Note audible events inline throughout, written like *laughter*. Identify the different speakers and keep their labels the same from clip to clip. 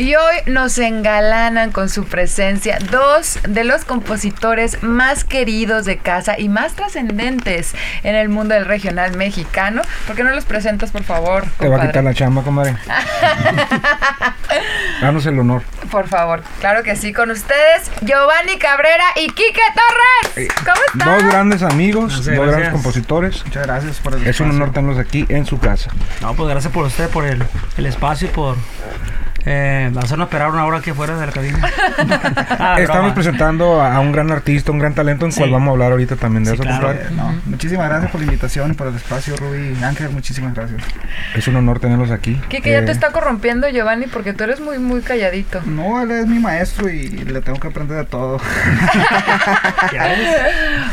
Speaker 1: Y hoy nos engalanan con su presencia dos de los compositores más queridos de casa y más trascendentes en el mundo del regional mexicano. ¿Por qué no los presentas, por favor?
Speaker 2: Te va
Speaker 1: compadre?
Speaker 2: a quitar la chamba,
Speaker 3: *laughs*
Speaker 2: comadre. Danos el honor.
Speaker 1: Por favor, claro que sí, con ustedes Giovanni Cabrera y Quique Torres. ¿Cómo están?
Speaker 2: Dos grandes amigos,
Speaker 3: Muchas
Speaker 2: dos grandes
Speaker 3: gracias.
Speaker 2: compositores.
Speaker 3: Muchas gracias por el
Speaker 2: Es un
Speaker 3: espacio.
Speaker 2: honor tenerlos aquí en su casa.
Speaker 3: No, pues gracias por usted, por el, el espacio y por eh, hacernos esperar una hora aquí afuera de la
Speaker 4: *laughs*
Speaker 3: cabina. Ah,
Speaker 2: Estamos
Speaker 3: broma.
Speaker 2: presentando a a un gran artista, un gran talento, en cual
Speaker 3: Sí.
Speaker 2: vamos a hablar ahorita también de
Speaker 3: Sí,
Speaker 2: eso,
Speaker 3: claro.
Speaker 2: compadre.
Speaker 5: No, muchísimas gracias por la invitación, por el espacio, Rubí. Ángel, muchísimas gracias.
Speaker 2: Es un honor tenerlos aquí.
Speaker 1: Quique ya
Speaker 2: Eh,
Speaker 1: te está corrompiendo Giovanni porque tú eres muy, muy calladito.
Speaker 5: No, él es mi maestro y le tengo que aprender de todo.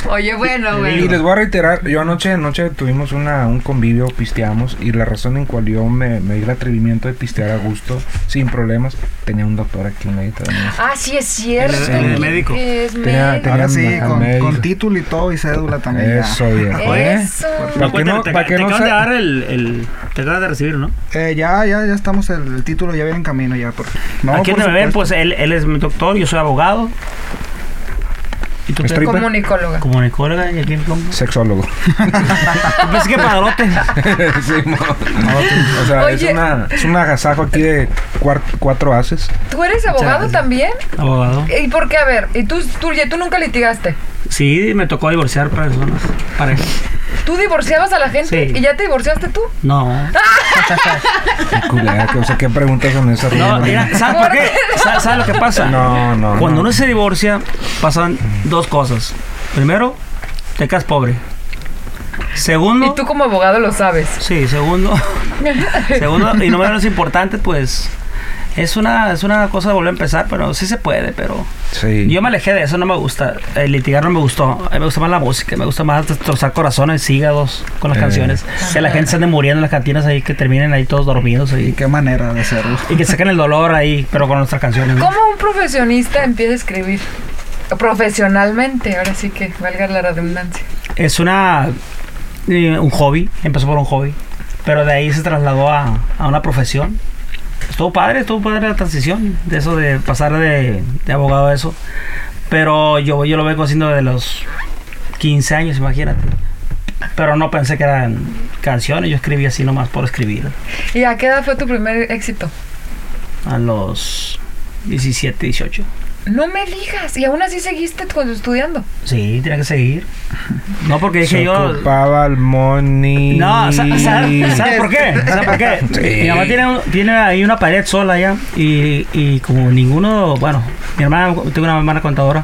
Speaker 1: Oye, bueno,
Speaker 2: Y
Speaker 1: güey.
Speaker 2: les voy a reiterar, yo anoche, anoche tuvimos una, un convivio, pisteamos, y la razón en cual yo me, me di el atrevimiento de pistear a gusto, sin problemas, tenía un doctor aquí en la guitarra.
Speaker 1: Ah, sí, es cierto.
Speaker 2: El- el
Speaker 1: Quique
Speaker 3: médico.
Speaker 1: Es
Speaker 2: Tenía-
Speaker 1: médico.
Speaker 2: tenía-
Speaker 5: Ahora sí,
Speaker 2: Al
Speaker 5: con,
Speaker 2: medio.
Speaker 5: con título y todo y cédula también. ya.
Speaker 2: Eso, viejo. ¿eh?
Speaker 1: Eso.
Speaker 2: ¿Para qué no-
Speaker 4: pues, Te,
Speaker 2: para qué
Speaker 4: te
Speaker 2: no
Speaker 4: acaban
Speaker 2: se-
Speaker 4: de dar el, el- Te acaban de recibir, ¿no?
Speaker 5: Eh, ya, ya, ya estamos, el, el título ya viene en camino ya. Por, no,
Speaker 4: Aquí en
Speaker 5: por
Speaker 4: ven?
Speaker 5: supuesto.
Speaker 4: pues él, él es mi doctor, yo soy abogado. ¿Y tú
Speaker 2: Stripper.
Speaker 1: Comunicóloga.
Speaker 4: Comunicóloga y aquí el
Speaker 2: *laughs*
Speaker 4: combo.
Speaker 2: Sexólogo.
Speaker 4: Yo pensé que padrote.
Speaker 2: *laughs* Sí, mo. No, tú- o sea, es,
Speaker 1: Oye.
Speaker 2: una, es un agasajo aquí de cuar- cuatro haces.
Speaker 1: ¿Tú eres abogado también?
Speaker 4: Abogado.
Speaker 1: ¿Y por qué? A ver, ¿y tú, tú, ya- tú nunca litigaste?
Speaker 4: Sí, me tocó divorciar personas. Para
Speaker 1: ¿Tú divorciabas a la gente
Speaker 4: Sí.
Speaker 1: y ya te divorciaste tú?
Speaker 4: No.
Speaker 2: Qué culera, que- o sea, ¿qué preguntas son esas?
Speaker 4: No, mira, ¿sabes por qué? ¿Sabes, sabes lo que pasa?
Speaker 2: no, no.
Speaker 4: Cuando
Speaker 2: no.
Speaker 4: uno se divorcia, pasan dos cosas. Primero, te quedas pobre. Segundo.
Speaker 1: Y tú como abogado lo sabes.
Speaker 4: Sí, segundo. *laughs* segundo, y no menos importante, pues. Es una, es una cosa de volver a empezar, pero sí se puede, pero...
Speaker 2: Sí.
Speaker 4: Yo me alejé de eso, no me gusta. El litigar no me gustó. A mí me gusta más la música, me gusta más destrozar corazones, hígados con las
Speaker 2: Eh.
Speaker 4: canciones.
Speaker 1: Ah.
Speaker 4: Que la gente se ande muriendo en las cantinas ahí, que terminen ahí todos dormidos
Speaker 5: ¿Y
Speaker 4: ahí.
Speaker 5: qué manera de hacerlo?
Speaker 4: Y que saquen el dolor ahí, pero con nuestras canciones. ¿no?
Speaker 1: ¿Cómo un profesionista empieza a escribir? Profesionalmente, ahora sí que valga la redundancia.
Speaker 4: Es una... eh, un hobby, empezó por un hobby. Pero de ahí se trasladó a, a una profesión. Estuvo padre, estuvo padre la transición de eso de pasar de, de abogado a eso. Pero yo, yo lo vengo haciendo desde los 15 años, imagínate. Pero no pensé que eran canciones, yo escribí así nomás por escribir.
Speaker 1: ¿Y a qué edad fue tu primer éxito?
Speaker 4: A los 17, 18.
Speaker 1: No me digas, y aún así seguiste con- estudiando.
Speaker 4: Sí, tenía que seguir. No porque dije
Speaker 2: se
Speaker 4: yo...
Speaker 2: ocupaba el money.
Speaker 4: No, sa- sa- ¿sabes por qué? ¿Sabes por qué?
Speaker 2: Sí.
Speaker 4: Mi mamá tiene, un- tiene ahí una pared sola allá y, y como ninguno, bueno, mi hermana, tengo una hermana contadora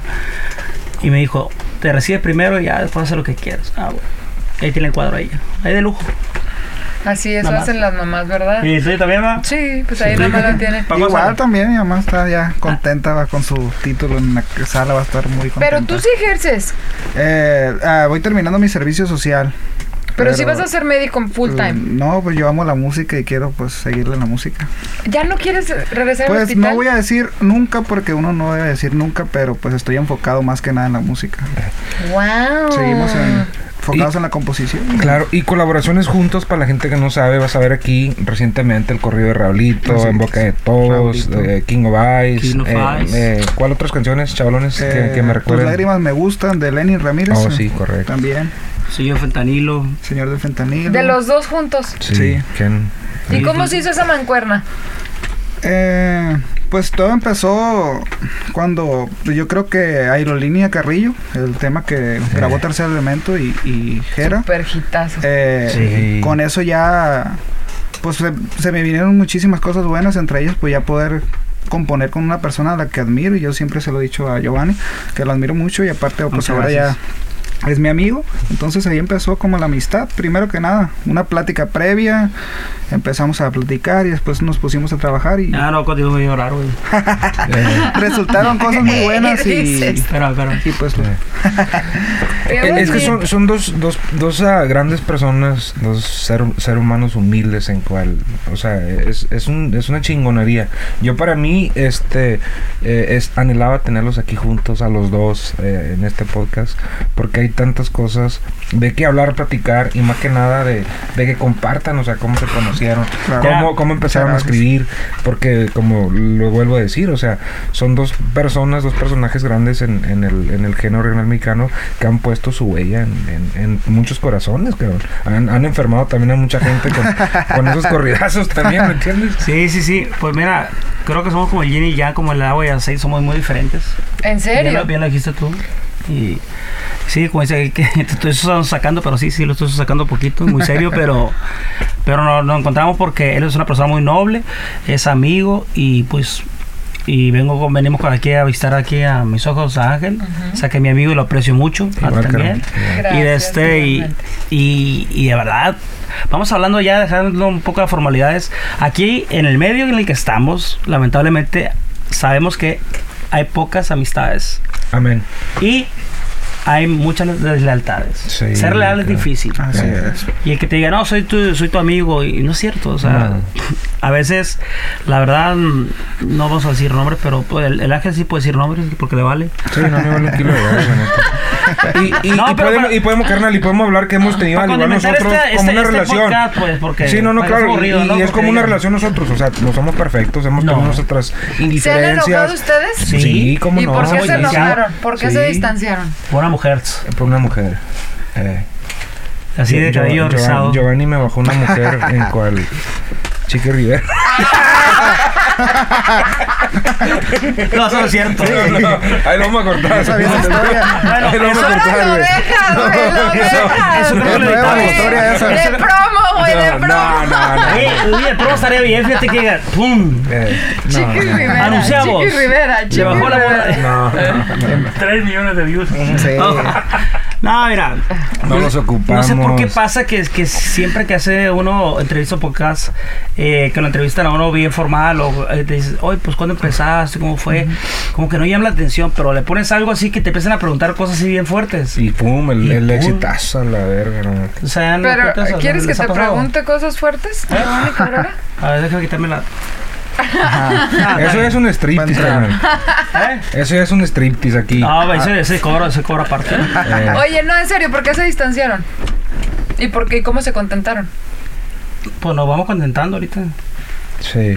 Speaker 4: y me dijo, te recibes primero y ya después haces lo que quieras. Ah, bueno. Ahí tiene el cuadro ahí. Ahí de lujo.
Speaker 1: Así, eso
Speaker 4: Mamá.
Speaker 1: hacen las mamás, ¿verdad?
Speaker 4: ¿Y tú también va?
Speaker 1: Sí, pues ahí nomás lo tienen.
Speaker 4: Vamos
Speaker 5: Igual
Speaker 4: a-
Speaker 5: también mi mamá está
Speaker 4: Ah.
Speaker 5: ya contenta va con su título en la sala, va a estar muy contenta.
Speaker 1: Pero tú sí ejerces,
Speaker 5: Eh, ah, voy terminando mi servicio social.
Speaker 1: pero, sí vas a ser médico en full time.
Speaker 5: No, pues yo amo la música y quiero pues seguirle en la música.
Speaker 1: ¿Ya no quieres regresar al
Speaker 5: Pues
Speaker 1: hospital?
Speaker 5: no voy a decir nunca porque uno no debe decir nunca, pero pues estoy enfocado más que nada en la música.
Speaker 1: Ah. ¡Wow!
Speaker 5: Seguimos en- enfocados en la composición.
Speaker 2: Claro, y colaboraciones juntos para la gente que no sabe, vas a ver aquí recientemente el corrido de Raulito,
Speaker 5: Así
Speaker 2: En
Speaker 5: es.
Speaker 2: Boca de Todos,
Speaker 5: Raulito.
Speaker 2: eh, King of Ice.
Speaker 4: King of
Speaker 2: eh,
Speaker 4: Ice. pues
Speaker 2: eh, ¿Cuál otras canciones, chavalones, que-
Speaker 5: Eh,
Speaker 2: que, me
Speaker 5: Tus
Speaker 2: recuerden?
Speaker 5: lágrimas me gustan de Lenin Ramírez.
Speaker 2: Oh, sí, correcto.
Speaker 5: También,
Speaker 4: Soy yo Fentanilo.
Speaker 5: señor del fentanilo.
Speaker 1: De los dos juntos.
Speaker 2: Sí.
Speaker 5: Sí.
Speaker 2: ¿quién?
Speaker 4: *laughs*
Speaker 1: ¿Y
Speaker 4: Sí,
Speaker 1: cómo
Speaker 4: sí.
Speaker 1: se hizo esa mancuerna?
Speaker 5: Eh, pues todo empezó cuando pues, yo creo que Aerolínea Carrillo, el tema que grabó Tercer Elemento y, y Jera.
Speaker 1: Perjitazo.
Speaker 5: Eh,
Speaker 2: Sí.
Speaker 5: Con eso ya, pues se, se me vinieron muchísimas cosas buenas, entre ellas pues ya poder componer con una persona a la que admiro y yo siempre se lo he dicho a Giovanni, que lo admiro mucho y aparte pues
Speaker 4: Muchas
Speaker 5: ahora
Speaker 4: gracias.
Speaker 5: ya es mi amigo. Entonces ahí empezó como la amistad, primero que nada, una plática previa, empezamos a platicar y después nos pusimos a trabajar y
Speaker 4: Ah, no, contigo me voy a llorar, güey.
Speaker 2: Eh,
Speaker 5: resultaron cosas muy
Speaker 4: *laughs*
Speaker 5: buenas y,
Speaker 4: Espera, espera.
Speaker 5: y pues
Speaker 2: eh,
Speaker 1: Pero
Speaker 2: Es que
Speaker 1: sí.
Speaker 2: son, son dos, dos, dos ah, grandes personas, dos ser, ser humanos humildes en cual, o sea, es, es, un, es una chingonería. Yo para mí, este, eh, es, anhelaba tenerlos aquí juntos a los dos eh, en este podcast, porque hay tantas cosas de qué hablar, platicar y más que nada de, de que compartan, o sea, cómo se conocieron,
Speaker 5: Claro.
Speaker 2: cómo, cómo empezaron a
Speaker 5: Muchas gracias.
Speaker 2: escribir, porque como lo vuelvo a decir, o sea, son dos personas, dos personajes grandes en, en el, en el género regional mexicano que han puesto su huella en, en- en muchos corazones, cabrón. Han, han enfermado también a mucha gente con, con esos corridazos también, ¿me entiendes?
Speaker 4: Sí, sí, sí. Pues mira, creo que somos como el yin y ya, como el agua y el aceite, somos muy diferentes.
Speaker 1: ¿En
Speaker 4: Bien,
Speaker 1: serio?
Speaker 4: lo- bien lo dijiste tú. Y sí, como dice, que *laughs* te estoy sacando, pero sí, sí, lo estoy sacando un poquito, muy serio, pero pero no- nos, encontramos porque él es una persona muy noble, es amigo y pues y vengo con- venimos con aquí a visitar aquí a mis ojos a Ángel, o sea que es mi amigo y lo aprecio mucho a ti
Speaker 2: Igual,
Speaker 4: Ah, también.
Speaker 2: cabrón.
Speaker 1: Gracias,
Speaker 4: y de este y,
Speaker 1: igualmente.
Speaker 4: y, y de verdad vamos hablando ya dejando un poco de formalidades aquí en el medio en el que estamos lamentablemente sabemos que hay pocas amistades
Speaker 2: Amén.
Speaker 4: y hay muchas deslealtades
Speaker 2: Sí,
Speaker 4: ser leal es
Speaker 2: claro. Ah,
Speaker 4: difícil
Speaker 5: así es.
Speaker 4: y el que te diga no soy tu soy tu amigo y no es cierto o sea
Speaker 2: No.
Speaker 4: *laughs* a veces la verdad mm, no vamos a decir nombres pero pues, el, el ángel sí puede decir nombres porque le vale
Speaker 2: Sí, no me vale un kilo de barro, la neta. Y, y,
Speaker 4: No,
Speaker 2: y
Speaker 4: pero
Speaker 2: podemos,
Speaker 4: para-
Speaker 2: y podemos, carnal, y podemos hablar que hemos tenido
Speaker 4: Para
Speaker 2: al igual
Speaker 4: condimentar
Speaker 2: nosotros
Speaker 4: este-
Speaker 2: como
Speaker 4: este-
Speaker 2: una
Speaker 4: este
Speaker 2: relación.
Speaker 4: podcast, pues, porque
Speaker 2: sí, no, no,
Speaker 4: parece
Speaker 2: claro.
Speaker 4: aburrido,
Speaker 2: y,
Speaker 4: ¿no?
Speaker 2: y es
Speaker 4: Porque
Speaker 2: como una
Speaker 4: digan-
Speaker 2: relación nosotros, o sea, no somos perfectos, hemos
Speaker 4: No.
Speaker 2: tenido nuestras
Speaker 1: ¿Se han enojado
Speaker 2: indiferencias.
Speaker 1: ustedes?
Speaker 4: Sí.
Speaker 2: Pues cómo
Speaker 1: ¿Y
Speaker 2: no.
Speaker 1: por qué se
Speaker 2: sí.
Speaker 1: enojaron? ¿Por qué se
Speaker 2: Sí.
Speaker 1: distanciaron?
Speaker 4: por una mujer
Speaker 2: Por una mujer. Eh,
Speaker 4: así de
Speaker 2: Giov-
Speaker 4: cabello
Speaker 2: Giov-
Speaker 4: rizado
Speaker 2: Giovanni me bajó una mujer en cual. Chiqui Rivera.
Speaker 4: no eso no
Speaker 2: *laughs*
Speaker 4: es cierto
Speaker 2: Ahí lo vamos a cortar.
Speaker 5: Esa vieja historia.
Speaker 4: Bueno,
Speaker 2: Ahí lo vamos
Speaker 4: eso-
Speaker 2: a
Speaker 1: ¡Ahora
Speaker 2: cortar,
Speaker 1: lo
Speaker 2: güey.
Speaker 1: dejas, güey! ¡Lo dejas!
Speaker 4: eso creo que lo
Speaker 1: Güey,
Speaker 4: editamos,
Speaker 5: historia esa.
Speaker 1: ¡De promo, güey! ¡De
Speaker 2: No, no,
Speaker 1: promo!
Speaker 2: no, no.
Speaker 4: Oye, oye, pero estaría bien, fíjate que llega, ¡pum!
Speaker 2: Eh,
Speaker 1: *laughs*
Speaker 2: no,
Speaker 1: Chiqui
Speaker 2: no, no.
Speaker 1: Rivera.
Speaker 4: Anunciamos.
Speaker 1: Chiqui Rivera. Chiqui
Speaker 4: Se bajó la
Speaker 1: Rivera.
Speaker 4: bola.
Speaker 2: No, no, no.
Speaker 4: 3 millones de views.
Speaker 5: Sí.
Speaker 4: Oh. No, mira.
Speaker 2: No nos ocupamos.
Speaker 4: No sé por qué pasa que, que siempre que hace uno entrevista o podcast, eh, que lo entrevistan a uno bien formal o eh, te dices, oye, pues ¿cuándo empezaste? ¿Cómo fue? Como que no llama la atención, pero le pones algo así que te empiezan a preguntar cosas así bien fuertes.
Speaker 2: Y pum, el,
Speaker 4: Y
Speaker 2: el
Speaker 4: pum.
Speaker 2: exitazo a la verga. no.
Speaker 4: O sea, no cuentas,
Speaker 1: Pero,
Speaker 4: ¿no? Ah.
Speaker 1: ¿quieres que
Speaker 4: ¿les ha
Speaker 1: te
Speaker 4: pasado?
Speaker 1: pregunte cosas fuertes? Giovanni Cabrera?
Speaker 4: A ver, déjame quitarme la. Ah,
Speaker 2: Eso es un striptease,
Speaker 5: Para entrar.
Speaker 2: carnal.
Speaker 4: ¿Eh?
Speaker 2: Eso ya es un striptease aquí.
Speaker 4: No, va, ese, ese cobro, ese cobro aparte.
Speaker 2: Eh,
Speaker 1: Oye, no, en serio, ¿por qué se distanciaron? ¿Y por qué? ¿Cómo se contentaron?
Speaker 4: Pues nos vamos contentando ahorita.
Speaker 2: Sí.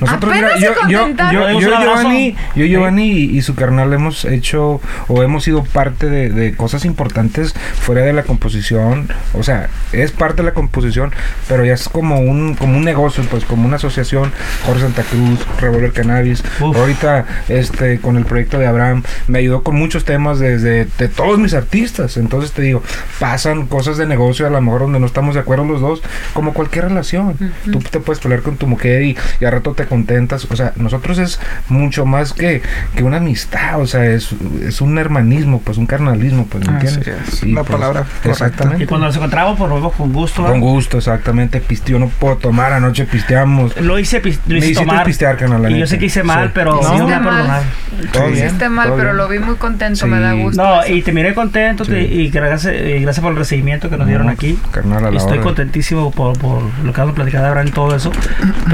Speaker 2: Nosotros,
Speaker 1: Apenas se
Speaker 2: mira, yo, yo,
Speaker 1: contentaron.
Speaker 2: yo,
Speaker 4: Un
Speaker 2: yo,
Speaker 4: abrazo.
Speaker 2: Giovanni, yo, Giovanni y, y su carnal hemos hecho o hemos sido parte de, de cosas importantes fuera de la composición. O sea, es parte de la composición, pero ya es como un, como un negocio, pues como una asociación. Jorge Santa Cruz, Revolver Cannabis.
Speaker 4: Uf.
Speaker 2: Ahorita este, con el proyecto de Abraham me ayudó con muchos temas desde de todos mis artistas. Entonces te digo, pasan cosas de negocio a lo mejor donde no estamos de acuerdo los dos, como cualquier relación. Tú te puedes pelear con tu mujer y, y al rato te contentas. O sea, nosotros es mucho más que, que una amistad, o sea, es, es un hermanismo, pues un carnalismo, pues, ¿me
Speaker 5: Así
Speaker 2: entiendes? pues,
Speaker 5: es, la palabra correcta.
Speaker 4: Y
Speaker 2: Exactamente.
Speaker 4: cuando nos encontramos, pues nos vemos con gusto. ¿va?
Speaker 2: Con gusto, exactamente. Pisteo, no puedo tomar, anoche pisteamos.
Speaker 4: Lo hice, pis- lo
Speaker 2: Me
Speaker 4: hice
Speaker 2: hiciste
Speaker 4: tomar.
Speaker 2: pistear, carnal, la
Speaker 4: y yo
Speaker 2: neta.
Speaker 4: sé que hice mal,
Speaker 2: Sí.
Speaker 4: pero
Speaker 1: Hiciste
Speaker 4: no me voy a
Speaker 1: mal.
Speaker 4: perdonar.
Speaker 2: Todo bien,
Speaker 1: Hiciste mal,
Speaker 2: todo
Speaker 1: pero
Speaker 2: bien.
Speaker 1: lo vi muy contento, me
Speaker 2: Sí.
Speaker 1: da gusto.
Speaker 4: No,
Speaker 1: eso.
Speaker 4: y te miré contento
Speaker 2: Sí.
Speaker 4: te- y gracias, eh, gracias por el recibimiento que nos dieron
Speaker 2: No,
Speaker 4: aquí.
Speaker 2: Carnal, a la
Speaker 4: Estoy
Speaker 2: orden.
Speaker 4: contentísimo por, por lo que hemos platicado ahora en todo eso.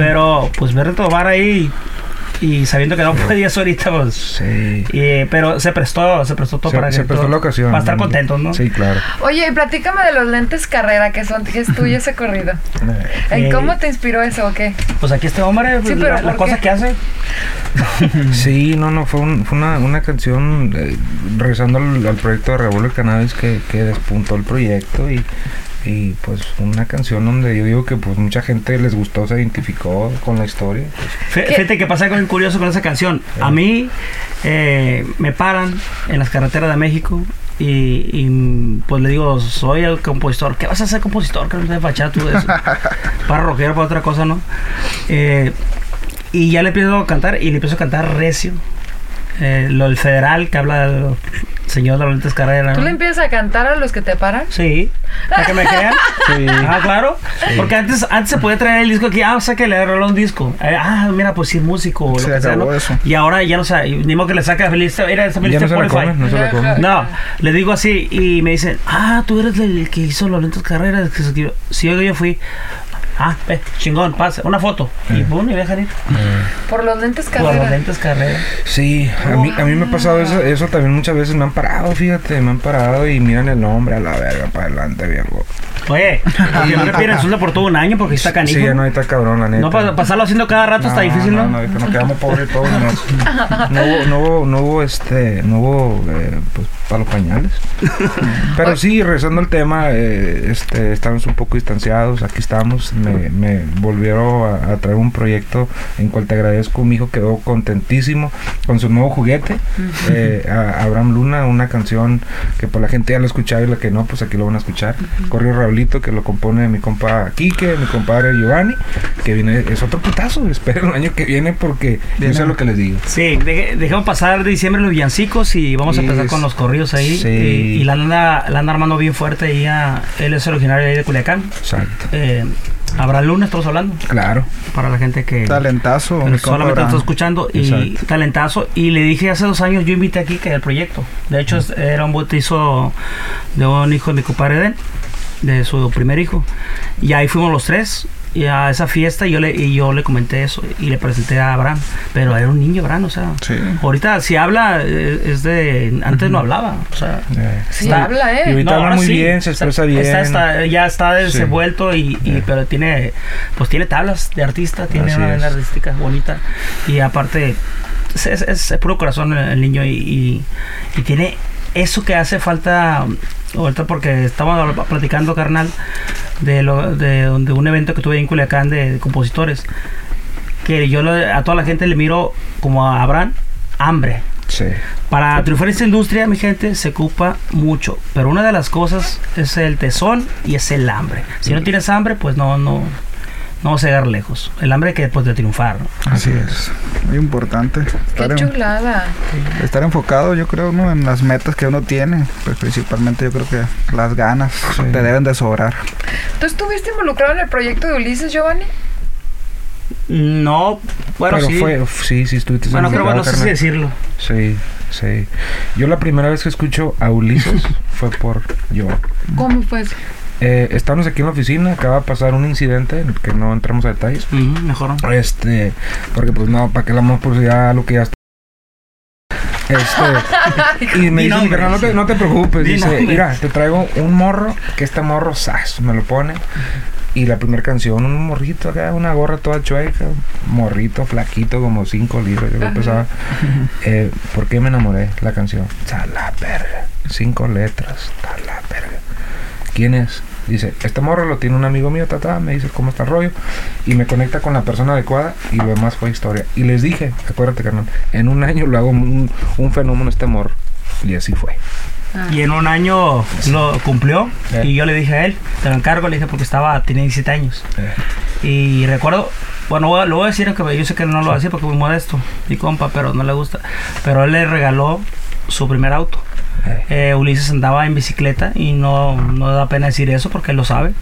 Speaker 4: Pero pues ver retomar ahí y sabiendo que no podías ahorita, pues.
Speaker 2: Sí.
Speaker 4: eh, pero se prestó, se prestó todo
Speaker 2: se,
Speaker 4: para que
Speaker 2: se prestó
Speaker 4: todo-
Speaker 2: la ocasión.
Speaker 4: Para estar contentos, ¿no?
Speaker 2: Sí, claro.
Speaker 1: Oye, y platícame de los lentes carrera que son, que es tuyo ese corrido. ¿En
Speaker 4: Eh,
Speaker 1: cómo te inspiró eso o qué?
Speaker 4: Pues aquí este hombre,
Speaker 1: Sí,
Speaker 4: la-
Speaker 1: pero ¿por
Speaker 4: las cosas
Speaker 1: qué?
Speaker 4: que hace.
Speaker 2: Sí, no, no, fue, un- fue una, una canción, eh, regresando al, al proyecto de Revuelo Cannabis, que, que despuntó el proyecto y, y pues una canción donde yo digo que pues mucha gente les gustó, se identificó con la historia.
Speaker 4: Fe-
Speaker 1: ¿Qué?
Speaker 4: Fíjate que pasa algo bien curioso con esa canción. A mí eh, me paran en las carreteras de México y, y, pues le digo, soy el compositor. ¿Qué vas a ser compositor? Que no te fachada tú
Speaker 1: *laughs*
Speaker 4: de eso. para rockero, para otra cosa, ¿no? Eh, y ya le empiezo a cantar y le empiezo a cantar recio. Eh, lo del federal que habla de los señor de los lentes Carrera.
Speaker 1: ¿Tú
Speaker 4: ¿no?
Speaker 1: le empiezas a cantar a los que te paran?
Speaker 4: Sí. ¿Para que me crean? Sí. Ah, claro. Porque antes, antes se podía traer el disco aquí. Ah, o sea que le agarró un disco. Eh, Ah, mira, pues sí, es músico. o lo
Speaker 5: Se
Speaker 4: que sea,
Speaker 5: acabó
Speaker 4: ¿no?
Speaker 5: eso.
Speaker 4: Y ahora ya no sé. Ni modo que le saca feliz. Era esa feliz
Speaker 2: Ya no se la
Speaker 4: Spotify.
Speaker 2: comen, no se la comen.
Speaker 4: No, le digo así y me dicen, ah, tú eres el que hizo los lentos carreras. que se tiró". Sí, yo, yo fui. Ah, ve, chingón, pasa, una foto. Y pum, y dejan ir.
Speaker 1: Por los lentes
Speaker 4: Por los
Speaker 1: carrera.
Speaker 4: lentes carreras.
Speaker 2: Sí, a mí, a mí me ha pasado eso, eso también muchas veces. Me han parado, fíjate, me han parado y miran el nombre a la verga para adelante, viejo. *laughs*
Speaker 4: Oye, yo no piden insulto por todo un año porque está canijo.
Speaker 2: Sí, ya no, ahí está cabrón, la neta.
Speaker 4: No, pa- pasarlo haciendo cada rato está
Speaker 2: No,
Speaker 4: difícil, ¿no?
Speaker 2: No, no, nos quedamos pobres todos. No, no, hubo, no, hubo, no hubo, este, no hubo, eh, pues, para los pañales. Pero sí, regresando al tema, eh, este, estamos un poco distanciados, aquí estamos. Me, me volvieron a, a traer un proyecto en cual te agradezco. Mi hijo quedó contentísimo con su nuevo juguete, eh, a- Abraham Luna, una canción que por la gente ya lo ha escuchado y la que no, pues aquí lo van a escuchar. Corrió Raulito, que lo compone mi compa Quique, mi compadre Giovanni, que viene, es otro putazo, *laughs* espero el año que viene porque yo sé lo que les digo.
Speaker 4: Sí, deje- dejemos pasar diciembre los villancicos y vamos a
Speaker 2: Sí,
Speaker 4: empezar
Speaker 2: es-
Speaker 4: con los corridos ahí. Eh,
Speaker 2: sí.
Speaker 4: Y, y la, anda, la anda armando bien fuerte ahí. A, él es originario ahí de Culiacán.
Speaker 2: Exacto.
Speaker 4: Eh, habrá lunes, estamos hablando,
Speaker 2: Claro.
Speaker 4: para la gente que...
Speaker 5: Talentazo. mi
Speaker 4: Pero
Speaker 5: compa
Speaker 4: solamente lo
Speaker 5: Abraham.
Speaker 4: estoy escuchando y
Speaker 2: Exacto.
Speaker 4: talentazo. Y le dije hace dos años, yo invité aquí que el proyecto. De hecho,
Speaker 5: Mm.
Speaker 4: es- era un bautizo de un hijo de mi compadre Edén, de su primer hijo. Y ahí fuimos los tres y a esa fiesta y yo le, y yo le comenté eso y le presenté a Abraham. Pero era un niño Abraham, o sea.
Speaker 5: Sí.
Speaker 4: Ahorita si habla eh, es de... Antes no hablaba, o sea...
Speaker 2: Eh,
Speaker 1: Sí,
Speaker 4: está-
Speaker 1: habla,
Speaker 2: y
Speaker 1: ¿eh?
Speaker 2: ahorita
Speaker 4: no,
Speaker 2: habla
Speaker 4: ahora
Speaker 2: muy
Speaker 4: sí.
Speaker 2: bien, se
Speaker 4: Está-
Speaker 2: expresa bien.
Speaker 4: está- está- ya está
Speaker 2: Sí.
Speaker 4: desenvuelto y, y-
Speaker 2: Ya.
Speaker 4: pero tiene pues tiene tablas de artista, tiene
Speaker 2: Así
Speaker 4: una vena
Speaker 2: es.
Speaker 4: artística bonita y aparte es, es- es- es puro corazón el, el niño y, y- y tiene eso que hace falta ahorita porque estamos platicando carnal de lo de, de un evento que tuve en Culiacán de, compositores que yo lo- a toda la gente le miro como a Abraham hambre
Speaker 2: Sí.
Speaker 4: para triunfar en esta industria, mi gente, se ocupa mucho. Pero una de las cosas es el tesón y es el hambre. Si no tienes hambre, pues no, no, no vas a llegar lejos. El hambre que pues, de triunfar. ¿no?
Speaker 5: Así es. Muy importante. Estar,
Speaker 1: Qué
Speaker 5: en-
Speaker 1: chulada.
Speaker 5: estar enfocado, yo creo, ¿no? en las metas que uno tiene. Pues principalmente yo creo que las ganas te deben de sobrar.
Speaker 1: ¿Tú estuviste involucrado en el proyecto de Ulises, Giovanni?
Speaker 4: No, bueno,
Speaker 2: Pero
Speaker 4: sí.
Speaker 2: fue, uf, sí, sí, estuviste
Speaker 4: bueno, creo
Speaker 2: involucrado,
Speaker 4: no sé si
Speaker 2: carnal.
Speaker 4: decirlo.
Speaker 2: Sí, sí. Yo la primera vez que escucho a Ulises
Speaker 4: *laughs*
Speaker 2: fue por yo.
Speaker 1: ¿Cómo fue eso?
Speaker 2: Eh, estábamos aquí en la oficina, acaba de pasar un incidente en el que no entramos a detalles.
Speaker 4: Ujú, mejor no.
Speaker 2: Este, porque pues no, para que la más publicidad a lo que ya está. Este,
Speaker 4: *laughs*
Speaker 2: y me dice,
Speaker 4: Di
Speaker 2: mi
Speaker 4: nombres.
Speaker 2: carnal, no, te, no te preocupes.
Speaker 4: Di
Speaker 2: dice,
Speaker 4: nombres.
Speaker 2: mira, te traigo un morro, que este morro, sas, me lo pone. Y la primera canción, un morrito acá, una gorra toda chueca, morrito, flaquito, como 5 libras, yo creo que pesaba. Eh, ¿Por qué me enamoré? La canción. A la verga. Cinco letras. A la verga. ¿Quién es? Dice, este morro lo tiene un amigo mío, ta, ta, me dice cómo está el rollo. Y me conecta con la persona adecuada y lo demás fue historia. Y les dije, acuérdate, carnal, en un año lo hago un, un fenómeno este morro. Y así fue.
Speaker 4: Y en un año lo cumplió.
Speaker 2: Eh.
Speaker 4: Y yo le dije a él, te lo encargo, le dije porque estaba, tenía 17 años.
Speaker 2: Eh.
Speaker 4: Y recuerdo, bueno, voy a- lo voy a decir, aunque yo sé que no lo va a decir porque es muy modesto, mi compa, pero no le gusta. Pero él le regaló su primer auto.
Speaker 2: Eh.
Speaker 4: Eh, Ulises andaba en bicicleta y no, no da pena decir eso porque él lo sabe.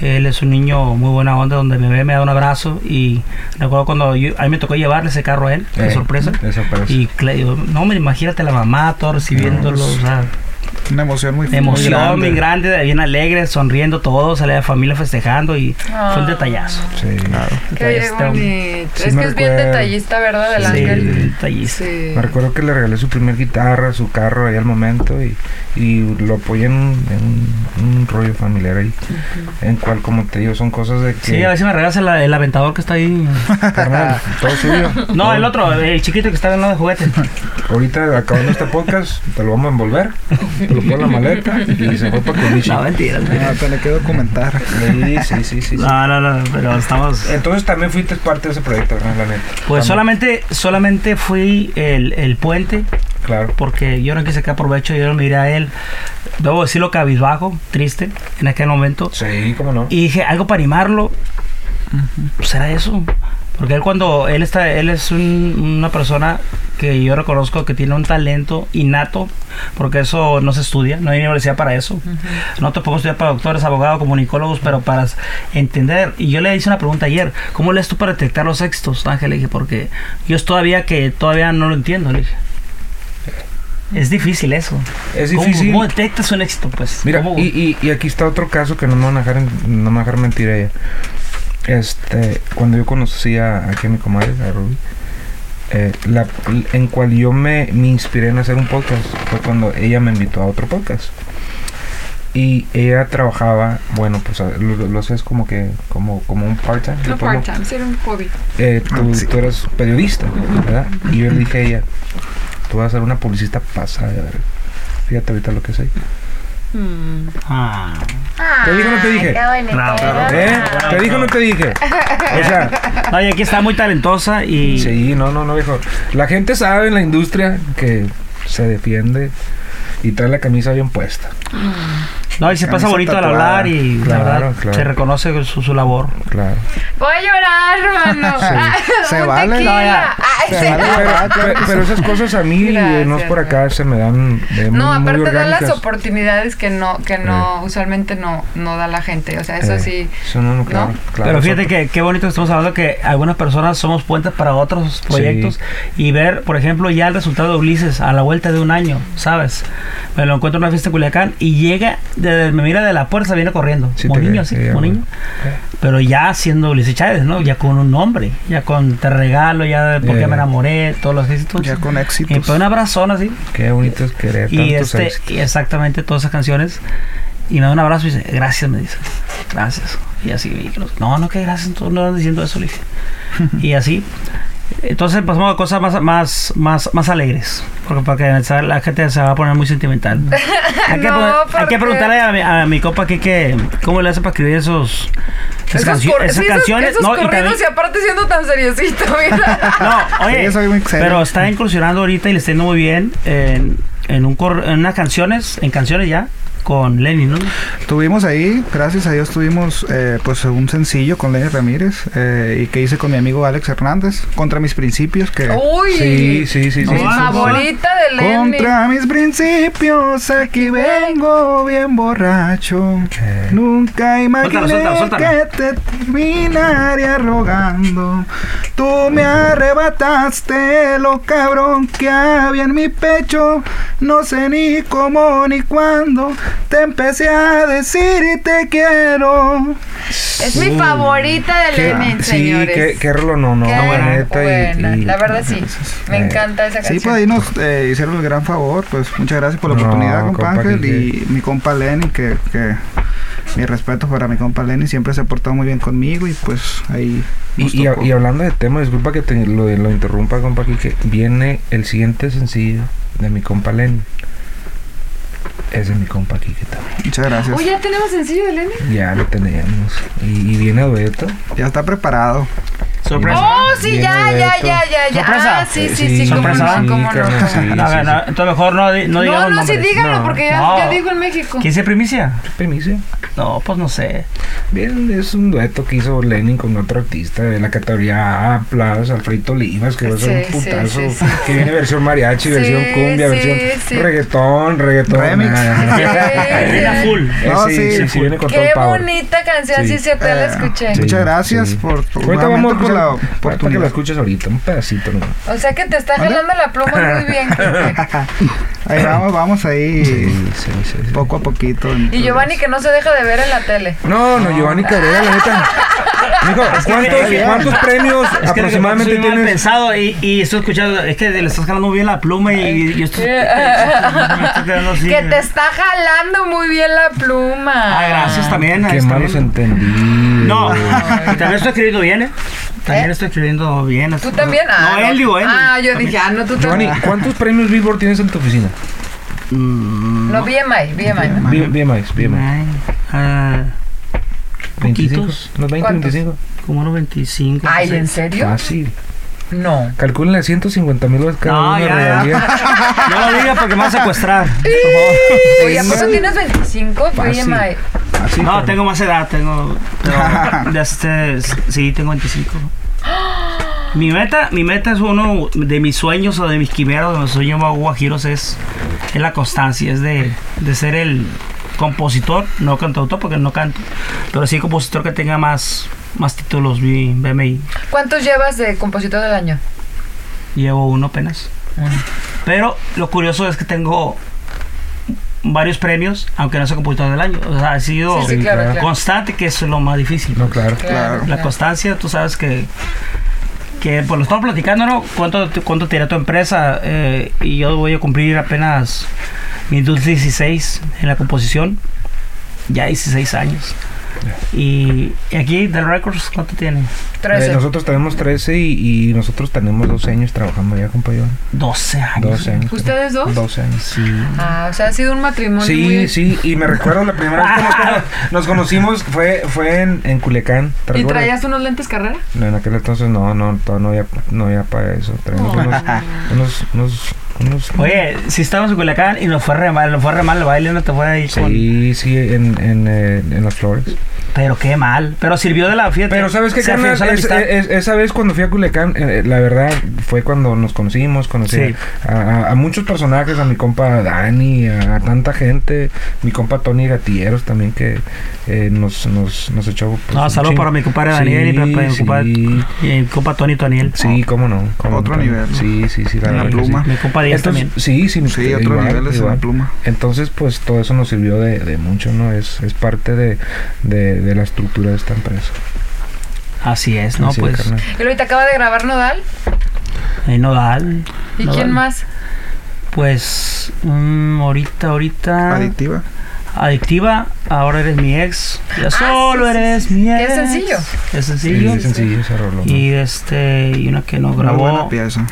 Speaker 4: Él es un niño muy buena onda, donde me ve, me da un abrazo y recuerdo cuando yo- a mí me tocó llevarle ese carro a él, de
Speaker 2: Eh,
Speaker 4: sorpresa.
Speaker 2: de sorpresa.
Speaker 4: Y cla- yo, no, me imagínate la mamá, todo recibiéndolo, o sea,
Speaker 5: Una emoción muy, muy
Speaker 4: emoción bien grande, bien alegre, sonriendo todos, a la familia festejando y fue un
Speaker 1: Ah.
Speaker 4: detallazo.
Speaker 2: Sí.
Speaker 1: Qué
Speaker 4: Detallista, hombre.
Speaker 1: bonito.
Speaker 2: Sí
Speaker 1: es
Speaker 2: me
Speaker 1: que es bien
Speaker 2: recuerda.
Speaker 1: detallista, ¿verdad? El
Speaker 4: Sí,
Speaker 1: ángel.
Speaker 4: detallista.
Speaker 1: Sí.
Speaker 2: Me recuerdo que le regalé su primer guitarra, su carro ahí al momento y, y lo apoyé en, un- en un- un rollo familiar ahí. En cual, como te digo, son cosas de que.
Speaker 4: Sí, a ver si me regalas el, el aventador que está *laughs* ahí.
Speaker 2: carnal, todo suyo.
Speaker 4: No, el otro, el chiquito que está ganando de *laughs* juguete.
Speaker 2: Ahorita acabando este podcast, te lo vamos a envolver, te lo pongo en la maleta y se fue para Culichi.
Speaker 4: No, mentira.
Speaker 5: Ah, te le quiero comentar.
Speaker 2: Sí, sí, sí, sí, sí.
Speaker 4: No, no, no, pero estamos.
Speaker 2: Entonces también fuiste parte de ese proyecto, ¿verdad? la neta.
Speaker 4: Eh, Pues
Speaker 2: También,
Speaker 4: solamente, solamente fui el, el puente,
Speaker 2: Claro.
Speaker 4: porque yo no quise que aprovecho, yo lo miré a él. Debo decirlo cabizbajo, triste, en aquel momento.
Speaker 2: Sí, cómo no.
Speaker 4: Y dije, algo para animarlo. ¿Será Pues eso? Porque él cuando él está, él es un- una persona que yo reconozco que tiene un talento innato, porque eso no se estudia, no hay universidad para eso. No te podemos estudiar para doctores, abogados, comunicólogos, pero para s- entender. Y yo le hice una pregunta ayer, ¿cómo lees tú para detectar los éxitos, Ángel? Le dije, porque yo es todavía que todavía no lo entiendo, le dije. Es difícil eso.
Speaker 2: Es
Speaker 4: ¿Cómo-
Speaker 2: difícil.
Speaker 4: ¿Cómo, detectas un éxito, pues?
Speaker 2: Mira,
Speaker 4: ¿Cómo-
Speaker 2: y, y- y aquí está otro caso que no me van a dejar, en- no me van a dejar mentir a ella. Este, cuando yo conocí a, aquí a mi comadre, a Ruby, eh, la, en cual yo me, me inspiré en hacer un podcast fue cuando ella me invitó a otro podcast. Y ella trabajaba, bueno, pues a- lo, lo haces como que, como, como un part-time.
Speaker 1: No
Speaker 2: le pongo.
Speaker 1: part-time, ser un hobby.
Speaker 2: Eh, tú,
Speaker 5: Ah, sí.
Speaker 2: tú eres periodista, ¿verdad? Y yo le dije a ella, tú vas a ser una publicista pasada de verga. Fíjate ahorita lo que soy.
Speaker 1: Mm.
Speaker 4: Ah.
Speaker 2: ¿Te dije o no te dije? ¿Eh? ¿Te dije o no te dije? O sea,
Speaker 4: *laughs* No, y aquí está muy talentosa y...
Speaker 2: Sí, no, no, no, viejo. La gente sabe en la industria que se defiende y trae la camisa bien puesta.
Speaker 4: No, y se pasa
Speaker 5: Camisa
Speaker 4: bonito al
Speaker 5: tatuada.
Speaker 4: hablar y
Speaker 2: Claro,
Speaker 4: la verdad
Speaker 2: claro.
Speaker 4: se reconoce su, su labor.
Speaker 2: Claro.
Speaker 1: Voy a llorar, hermano.
Speaker 5: Sí.
Speaker 1: Ah, *laughs*
Speaker 5: Se
Speaker 1: un
Speaker 5: vale,
Speaker 1: tequila.
Speaker 5: no, ya.
Speaker 1: Ay,
Speaker 5: Se
Speaker 1: sí. Ah,
Speaker 5: vale.
Speaker 2: Pero, pero- pero esas cosas a mí, eh, no es
Speaker 1: Gracias,
Speaker 2: por acá, se me dan eh, muy,
Speaker 1: No,
Speaker 2: muy
Speaker 1: aparte da las
Speaker 2: orgánicas.
Speaker 1: oportunidades que no, que no, usualmente no, no da la gente. O sea, eso
Speaker 2: Eh,
Speaker 1: sí.
Speaker 2: eso no, no, claro,
Speaker 1: ¿No?
Speaker 2: claro.
Speaker 4: Pero fíjate que qué bonito que estamos hablando que algunas personas somos puentes para otros proyectos y ver, por ejemplo, ya el resultado de Ulises a la vuelta de un año, ¿sabes? Me lo encuentro en una fiesta en Culiacán y llega, de- me mira de la puerta, viene corriendo.
Speaker 2: Sí,
Speaker 4: como
Speaker 2: te
Speaker 4: niño,
Speaker 2: ve,
Speaker 4: sí,
Speaker 2: sí,
Speaker 4: como
Speaker 2: bueno.
Speaker 4: niño. Pero ya siendo Ulises Chávez, ¿no? Ya con un nombre, ya con te regalo, ya de por qué
Speaker 2: Eh.
Speaker 4: me enamoré, todos los éxitos.
Speaker 5: Ya con
Speaker 4: Y pues
Speaker 5: éxitos.
Speaker 4: un abrazón así.
Speaker 2: Qué bonito es querer
Speaker 4: y
Speaker 2: tantos
Speaker 4: este
Speaker 2: éxitos.
Speaker 4: y exactamente todas esas canciones y me da un abrazo y dice gracias me dice gracias y así y que los- no no que gracias tú no andas diciendo eso le dije y así entonces pasamos a cosas más más más más alegres porque porque se- la gente se va a poner muy sentimental
Speaker 1: *laughs*
Speaker 4: hay que,
Speaker 1: No,
Speaker 4: poner- hay
Speaker 1: ¿por
Speaker 4: que
Speaker 1: qué?
Speaker 4: preguntarle a mi, a mi copa aquí que cómo le hace para escribir esos esas,
Speaker 1: Esos,
Speaker 4: cancio-
Speaker 1: cor-
Speaker 4: esas
Speaker 1: sí, esos-
Speaker 4: canciones
Speaker 1: esos
Speaker 4: no y
Speaker 1: corridos
Speaker 4: también-
Speaker 1: y aparte siendo tan seriecito, *laughs* mira.
Speaker 4: no, oye,
Speaker 5: Sí, soy muy serio.
Speaker 4: pero está incursionando ahorita y le está yendo muy bien en, en un cor- en unas canciones, en canciones ya, con Lenny, ¿no?
Speaker 5: Tuvimos ahí, gracias a Dios, tuvimos eh, pues un sencillo con Lenny Ramírez eh, y que hice con mi amigo Alex Hernández, Contra mis principios, que...
Speaker 1: Uy.
Speaker 2: Sí, sí, sí, sí.
Speaker 1: Mi
Speaker 5: sí, sí.
Speaker 1: favorita de Lenny.
Speaker 5: Contra mis principios, aquí vengo bien borracho.
Speaker 2: Eh,
Speaker 5: Nunca imaginé
Speaker 4: suéltalo, suéltalo.
Speaker 5: que te terminaría rogando. Tú me arrebataste lo cabrón que había en mi pecho. No sé ni cómo ni cuándo te empecé a decir te quiero.
Speaker 1: Es mi favorita de
Speaker 2: Eh, qué-
Speaker 1: Lenny,
Speaker 2: sí,
Speaker 1: señores.
Speaker 2: qué, qué rolo no, no,
Speaker 1: Qué
Speaker 2: la neta, y-
Speaker 1: buena.
Speaker 2: y-
Speaker 1: La verdad sí. Me
Speaker 2: Eh,
Speaker 1: encanta esa
Speaker 5: Sí,
Speaker 1: canción.
Speaker 5: pues ahí nos eh, hicieron el gran favor. Pues muchas gracias por la
Speaker 2: No,
Speaker 5: oportunidad, compa
Speaker 2: compa,
Speaker 5: Ángel.
Speaker 2: que-
Speaker 5: Y mi compa Lenny, que, que mi respeto para mi compa Lenny. Siempre se ha portado muy bien conmigo y pues ahí.
Speaker 2: Y,
Speaker 5: nos
Speaker 2: y-
Speaker 5: tocó.
Speaker 2: y hablando de tema, disculpa que te lo, lo interrumpa, compa, aquí que viene el siguiente sencillo de mi compa Len. Es de mi compa aquí que también.
Speaker 5: Muchas gracias.
Speaker 1: Oye, ¿ya tenemos sencillo de Lenny?
Speaker 2: Ya lo tenemos. Y, y viene a dueto.
Speaker 5: Ya está preparado.
Speaker 4: Sorpresa.
Speaker 1: Oh, sí,
Speaker 2: Viene
Speaker 1: ya, ya,
Speaker 2: Beto.
Speaker 1: ya, ya, ya.
Speaker 4: Sorpresa.
Speaker 1: Ah, sí,
Speaker 2: Eh,
Speaker 1: sí, sí, cómo
Speaker 4: sorpresa.
Speaker 1: no, cómo *laughs*
Speaker 2: Sí,
Speaker 1: no.
Speaker 2: carnal, sí,
Speaker 4: No,
Speaker 2: sí,
Speaker 4: a ver,
Speaker 2: sí.
Speaker 4: no, entonces mejor no, di- no digamos
Speaker 1: No, no, sí,
Speaker 4: nombres.
Speaker 1: díganlo,
Speaker 2: No.
Speaker 1: porque ya,
Speaker 4: No.
Speaker 1: ya dijo en México.
Speaker 4: ¿Quién se primicia?
Speaker 2: Primicia.
Speaker 4: No, pues no sé.
Speaker 2: Bien, es un dueto que hizo Lenin con otro artista de la categoría A, plus, Alfredo Olivas, que va a ser
Speaker 1: Sí,
Speaker 2: un
Speaker 1: sí,
Speaker 2: putazo.
Speaker 1: sí, sí.
Speaker 2: Que viene versión mariachi,
Speaker 1: Sí,
Speaker 2: versión cumbia,
Speaker 1: sí,
Speaker 2: versión
Speaker 1: sí.
Speaker 2: reggaetón, reggaetón.
Speaker 5: Remix.
Speaker 2: nada, *laughs* nada.
Speaker 1: Sí,
Speaker 4: Era
Speaker 1: sí.
Speaker 4: full.
Speaker 2: Eh,
Speaker 5: No,
Speaker 2: sí,
Speaker 5: sí,
Speaker 2: sí, sí,
Speaker 5: full.
Speaker 2: viene con todo el
Speaker 1: Qué
Speaker 2: power.
Speaker 1: bonita canción, sí,
Speaker 2: Sí.
Speaker 1: se ya la
Speaker 5: Eh,
Speaker 1: escuché.
Speaker 5: sí. Muchas gracias por-
Speaker 2: ahorita
Speaker 5: nuevamente
Speaker 2: vamos a
Speaker 5: por la
Speaker 2: escuchar- ahorita que
Speaker 5: oportunidad.
Speaker 2: la escuches ahorita, un pedacito. ¿no?
Speaker 1: O sea que te está jalando la pluma muy bien. Kike.
Speaker 5: Ahí vamos, vamos ahí
Speaker 2: sí, sí, sí.
Speaker 5: poco a poquito.
Speaker 1: Y Giovanni que no se deja de ver en la tele.
Speaker 2: No, no, Giovanni Cabrera, la neta. Mijo, ¿cuántos,
Speaker 4: que-
Speaker 2: cuántos premios
Speaker 4: Es que
Speaker 2: aproximadamente
Speaker 4: soy mal
Speaker 2: tienes?
Speaker 4: pensado y, y estoy escuchando, es que le estás jalando bien la pluma y, y
Speaker 1: *laughs*
Speaker 4: yo estoy... me estoy quedando así.
Speaker 1: Que te está jalando muy bien la pluma.
Speaker 4: Ah, gracias también.
Speaker 2: Qué
Speaker 4: es
Speaker 2: malos
Speaker 4: también.
Speaker 2: entendidos.
Speaker 4: No, *laughs* también estoy escribiendo bien, ¿eh? También
Speaker 1: ¿Eh?
Speaker 4: estoy escribiendo bien.
Speaker 1: ¿Tú también? Ah,
Speaker 4: No, él, digo, él.
Speaker 1: Ah, yo dije, ah, no, tú
Speaker 2: Giovanni,
Speaker 1: también.
Speaker 2: ¿cuántos premios Billboard tienes en tu oficina?
Speaker 4: Mm,
Speaker 1: No, BMI, BMI. ¿no?
Speaker 2: Bien, bien más, bien más.
Speaker 4: ay, ah,
Speaker 2: 25,
Speaker 4: Poquitos.
Speaker 2: unos 20,
Speaker 1: ¿Cuántos?
Speaker 2: 25.
Speaker 4: como unos 25.
Speaker 1: Ay, ¿en
Speaker 4: 26.
Speaker 1: serio?
Speaker 2: Fácil.
Speaker 1: No.
Speaker 2: Calcúlenle 150 mil dólares cada
Speaker 4: No,
Speaker 2: uno de
Speaker 4: ya, ya.
Speaker 2: regalías.
Speaker 4: No lo digas porque me vas a secuestrar.
Speaker 1: Oye, ¿a poco tienes 25?
Speaker 2: Fácil.
Speaker 1: BMI.
Speaker 2: Así,
Speaker 4: No,
Speaker 2: cabrón.
Speaker 4: tengo más edad, tengo. pero, de este, sí, tengo 25. Mi meta, mi meta es uno de mis sueños o de mis quimeras, de mis sueños más guajiros es, es la constancia, es de, de ser el compositor, no cantautor porque no canto, pero sí compositor que tenga más, más títulos B- BMI.
Speaker 1: ¿Cuántos llevas de compositor del año?
Speaker 4: Llevo uno apenas. Pero lo curioso es que tengo varios premios, aunque no soy compositor del año. O sea, ha sido
Speaker 1: sí, sí, claro,
Speaker 2: claro.
Speaker 1: claro.
Speaker 4: constante, que es lo más difícil.
Speaker 2: No, claro.
Speaker 1: Claro,
Speaker 4: La
Speaker 1: claro.
Speaker 4: constancia, tú sabes que, que pues lo estamos platicando, ¿no? ¿Cuánto, cuánto te dirá tu empresa? Eh, y yo voy a cumplir apenas mis 16 en la composición, ya 16 años. Y, y aquí, Del Records, ¿cuánto tiene?
Speaker 2: Eh,
Speaker 1: 13.
Speaker 2: nosotros tenemos 13 y, y nosotros tenemos 12 años trabajando ya, compañero.
Speaker 4: 12 años.
Speaker 2: 12
Speaker 4: *laughs*
Speaker 2: años.
Speaker 1: ¿Ustedes dos?
Speaker 2: 12 años.
Speaker 4: Sí.
Speaker 1: Ah, o sea, ha sido un matrimonio
Speaker 2: Sí,
Speaker 1: muy...
Speaker 2: sí, y me recuerdo la primera vez que nos,
Speaker 4: *laughs*
Speaker 2: cono- nos conocimos fue, fue en, en Culiacán. ¿te
Speaker 1: ¿Y
Speaker 2: acuerdas?
Speaker 1: traías unos lentes carrera?
Speaker 2: No, en aquel entonces no, no, todavía no había, no había para eso. Traíamos unos, unos, unos, unos-
Speaker 4: Oye, si estábamos en Culiacán y nos fue re mal, nos fue re mal el baile, no te fue ahí con-
Speaker 2: Sí, sí, en, en, eh, en las flores.
Speaker 4: Pero qué mal. Pero sirvió de la fiesta.
Speaker 2: Pero ¿sabes qué,
Speaker 4: Se
Speaker 2: carnal?
Speaker 4: afianzó la
Speaker 2: Es-
Speaker 4: amistad.
Speaker 2: es- esa vez cuando fui a Culiacán, eh, la verdad, fue cuando nos conocimos, conocí
Speaker 4: Sí.
Speaker 2: a, a- a muchos personajes, a mi compa Dani, a, a tanta gente, mi compa Tony Gatilleros también que eh, nos, nos, nos echó... pues,
Speaker 4: no,
Speaker 2: un
Speaker 4: saludos
Speaker 2: chingo.
Speaker 4: para mi compadre Daniel y para, para mi
Speaker 2: Sí,
Speaker 4: compadre
Speaker 2: sí,
Speaker 4: y mi compa Tony Toniel.
Speaker 2: sí, cómo no. cómo
Speaker 5: Otro
Speaker 2: no,
Speaker 5: nivel, ¿no?
Speaker 2: Sí, sí, sí.
Speaker 5: En la
Speaker 2: verdad que sí.
Speaker 5: pluma.
Speaker 4: Mi compa Díaz
Speaker 2: Entonces, sí,
Speaker 4: también.
Speaker 2: sí,
Speaker 5: Sí, otros
Speaker 2: igual,
Speaker 5: niveles en
Speaker 2: igual.
Speaker 5: la pluma.
Speaker 2: Entonces, pues todo eso nos sirvió de, de mucho, ¿no? Es, es parte de, de, de la estructura de esta empresa.
Speaker 4: Así es, ¿no?
Speaker 2: Así de
Speaker 4: pues
Speaker 2: carnal.
Speaker 1: Y ahorita acaba de grabar Nodal.
Speaker 4: en Nodal.
Speaker 1: ¿Y
Speaker 4: Nodal.
Speaker 1: quién
Speaker 4: *laughs*
Speaker 1: más?
Speaker 4: Pues mm, ahorita, ahorita.
Speaker 5: Adictiva.
Speaker 4: Adictiva. Ahora eres mi ex. Ya solo
Speaker 1: Ah, sí, sí,
Speaker 4: eres mi
Speaker 1: Que
Speaker 4: ex.
Speaker 1: es sencillo.
Speaker 4: Es
Speaker 2: Sí,
Speaker 4: sencillo.
Speaker 2: es sencillo ese rollo.
Speaker 4: Y este, y una que nos
Speaker 5: Una buena
Speaker 4: grabó
Speaker 5: pieza.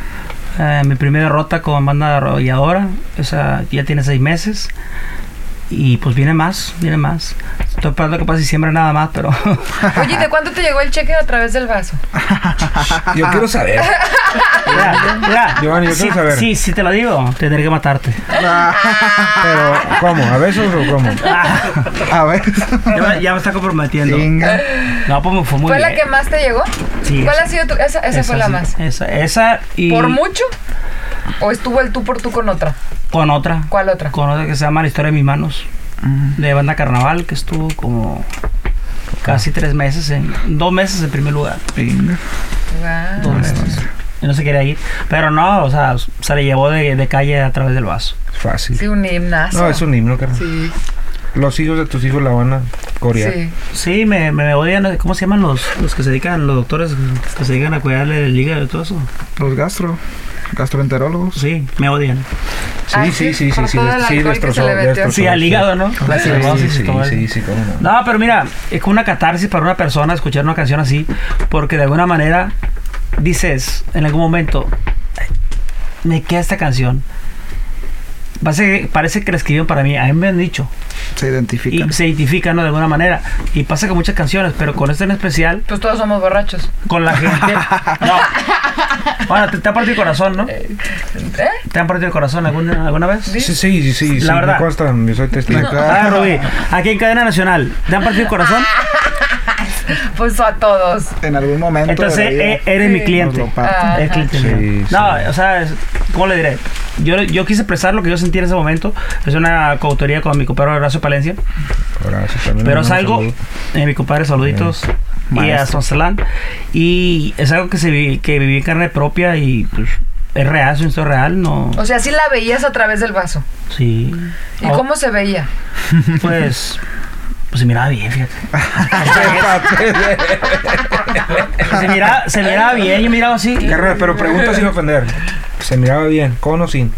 Speaker 4: eh, mi primera rota con banda arrolladora. Esa ya tiene seis meses. Y pues viene más, viene más. Estoy esperando que pase diciembre nada más, pero *laughs*
Speaker 1: Oye, ¿y ¿de cuánto te llegó el cheque a través del vaso?
Speaker 2: Yo quiero saber.
Speaker 4: Mira, mira,
Speaker 2: Giovanni, yo
Speaker 4: sí,
Speaker 2: quiero saber.
Speaker 4: sí, sí te lo digo, tendré
Speaker 1: *laughs*
Speaker 4: que matarte.
Speaker 2: Pero, ¿cómo? ¿A besos o cómo?
Speaker 5: A ver.
Speaker 4: Ya, ya me está comprometiendo.
Speaker 5: Chinga.
Speaker 4: No, pues me fue muy
Speaker 1: ¿Fue la
Speaker 4: bien.
Speaker 1: que más te llegó?
Speaker 4: Sí,
Speaker 1: ¿Cuál
Speaker 4: esa-
Speaker 1: ha sido tu...? Esa, esa fue la
Speaker 4: sí,
Speaker 1: más.
Speaker 4: Esa, esa y
Speaker 1: ¿Por mucho? ¿O estuvo el tú por tú con otra?
Speaker 4: con otra.
Speaker 1: ¿Cuál otra?
Speaker 4: Con otra que se llama La historia de mis manos.
Speaker 5: Mm,
Speaker 4: De banda carnaval que estuvo como casi tres meses, en, dos meses en primer lugar.
Speaker 5: Chinga.
Speaker 1: Guau.
Speaker 4: Dos meses. Y no se quería ir. Pero no, o sea, se le llevó de, de calle a través del vaso.
Speaker 2: Fácil.
Speaker 1: Sí, un gimnasio.
Speaker 2: No, es un himno, carnal.
Speaker 1: Sí,
Speaker 2: Los hijos de tus hijos la van a corear.
Speaker 1: sí.
Speaker 4: Sí, me, me odian. ¿Cómo se llaman los, los que se dedican, los doctores que se dedican a cuidarle el hígado y todo eso?
Speaker 5: Los gastro. Gastroenterólogos.
Speaker 4: Sí, me odian.
Speaker 1: Ah,
Speaker 2: Sí, sí,
Speaker 1: sí,
Speaker 2: sí, sí,
Speaker 1: por
Speaker 2: sí,
Speaker 1: todo el
Speaker 2: sí,
Speaker 1: alcohol que
Speaker 2: destrozó,
Speaker 1: se le metió.
Speaker 2: destrozó,
Speaker 4: Sí, al hígado, ¿no? La
Speaker 2: Sí, sí,
Speaker 4: cirrosis,
Speaker 2: sí,
Speaker 4: todo eso.
Speaker 2: sí, sí, cómo no.
Speaker 4: No, pero mira, es como una catarsis para una persona escuchar una canción así, porque de alguna manera dices en algún momento, me queda esta canción. Parece, parece que la escribieron para mí, a mí me han dicho,
Speaker 5: Se identifican.
Speaker 4: y se identifican ¿no? de alguna manera. Y pasa con muchas canciones, pero con esta en especial,
Speaker 1: Pues todos somos borrachos.
Speaker 4: con la
Speaker 5: *laughs*
Speaker 4: gente. no. Bueno, te, te ha partido el corazón, ¿no?
Speaker 1: ¿Eh?
Speaker 4: ¿Te han partido el corazón alguna, alguna vez?
Speaker 2: Sí, sí, sí, sí, sí,
Speaker 4: La
Speaker 2: me
Speaker 4: verdad.
Speaker 2: consta, yo soy testigo.
Speaker 4: Ah, Rubí, aquí en Cadena Nacional, ¿te han partido el corazón?
Speaker 1: Ah. Pues a todos.
Speaker 5: En algún momento.
Speaker 4: Entonces
Speaker 5: de la vida
Speaker 4: e- eres mi
Speaker 1: Sí.
Speaker 4: cliente.
Speaker 5: nos lo parten.
Speaker 1: Ah.
Speaker 4: Es cliente.
Speaker 2: Sí,
Speaker 4: no,
Speaker 2: sí.
Speaker 4: o sea, es- ¿cómo le diré? Yo, yo quise expresar lo que yo sentí en ese momento. Es una coautoría con mi compadre Horacio Palencia.
Speaker 2: Abrazos también,
Speaker 4: Pero
Speaker 2: hermano,
Speaker 4: salgo,
Speaker 2: saludo.
Speaker 4: eh, mi compadre, saluditos. Y a
Speaker 5: Maestro.
Speaker 4: Sonsalán. Y es algo que, se vi- que viví en carne propia y pues, es real, es un historia real. No,
Speaker 1: O sea, sí la veías a través del vaso.
Speaker 4: sí.
Speaker 1: ¿Y
Speaker 4: Oh,
Speaker 1: cómo se veía?
Speaker 4: Pues, pues se miraba bien, fíjate.
Speaker 2: *laughs*
Speaker 4: Se miraba, se miraba bien, yo miraba así. *laughs*
Speaker 2: Carnal, pero pregunta sin ofender. ¿Se miraba bien, con o sin?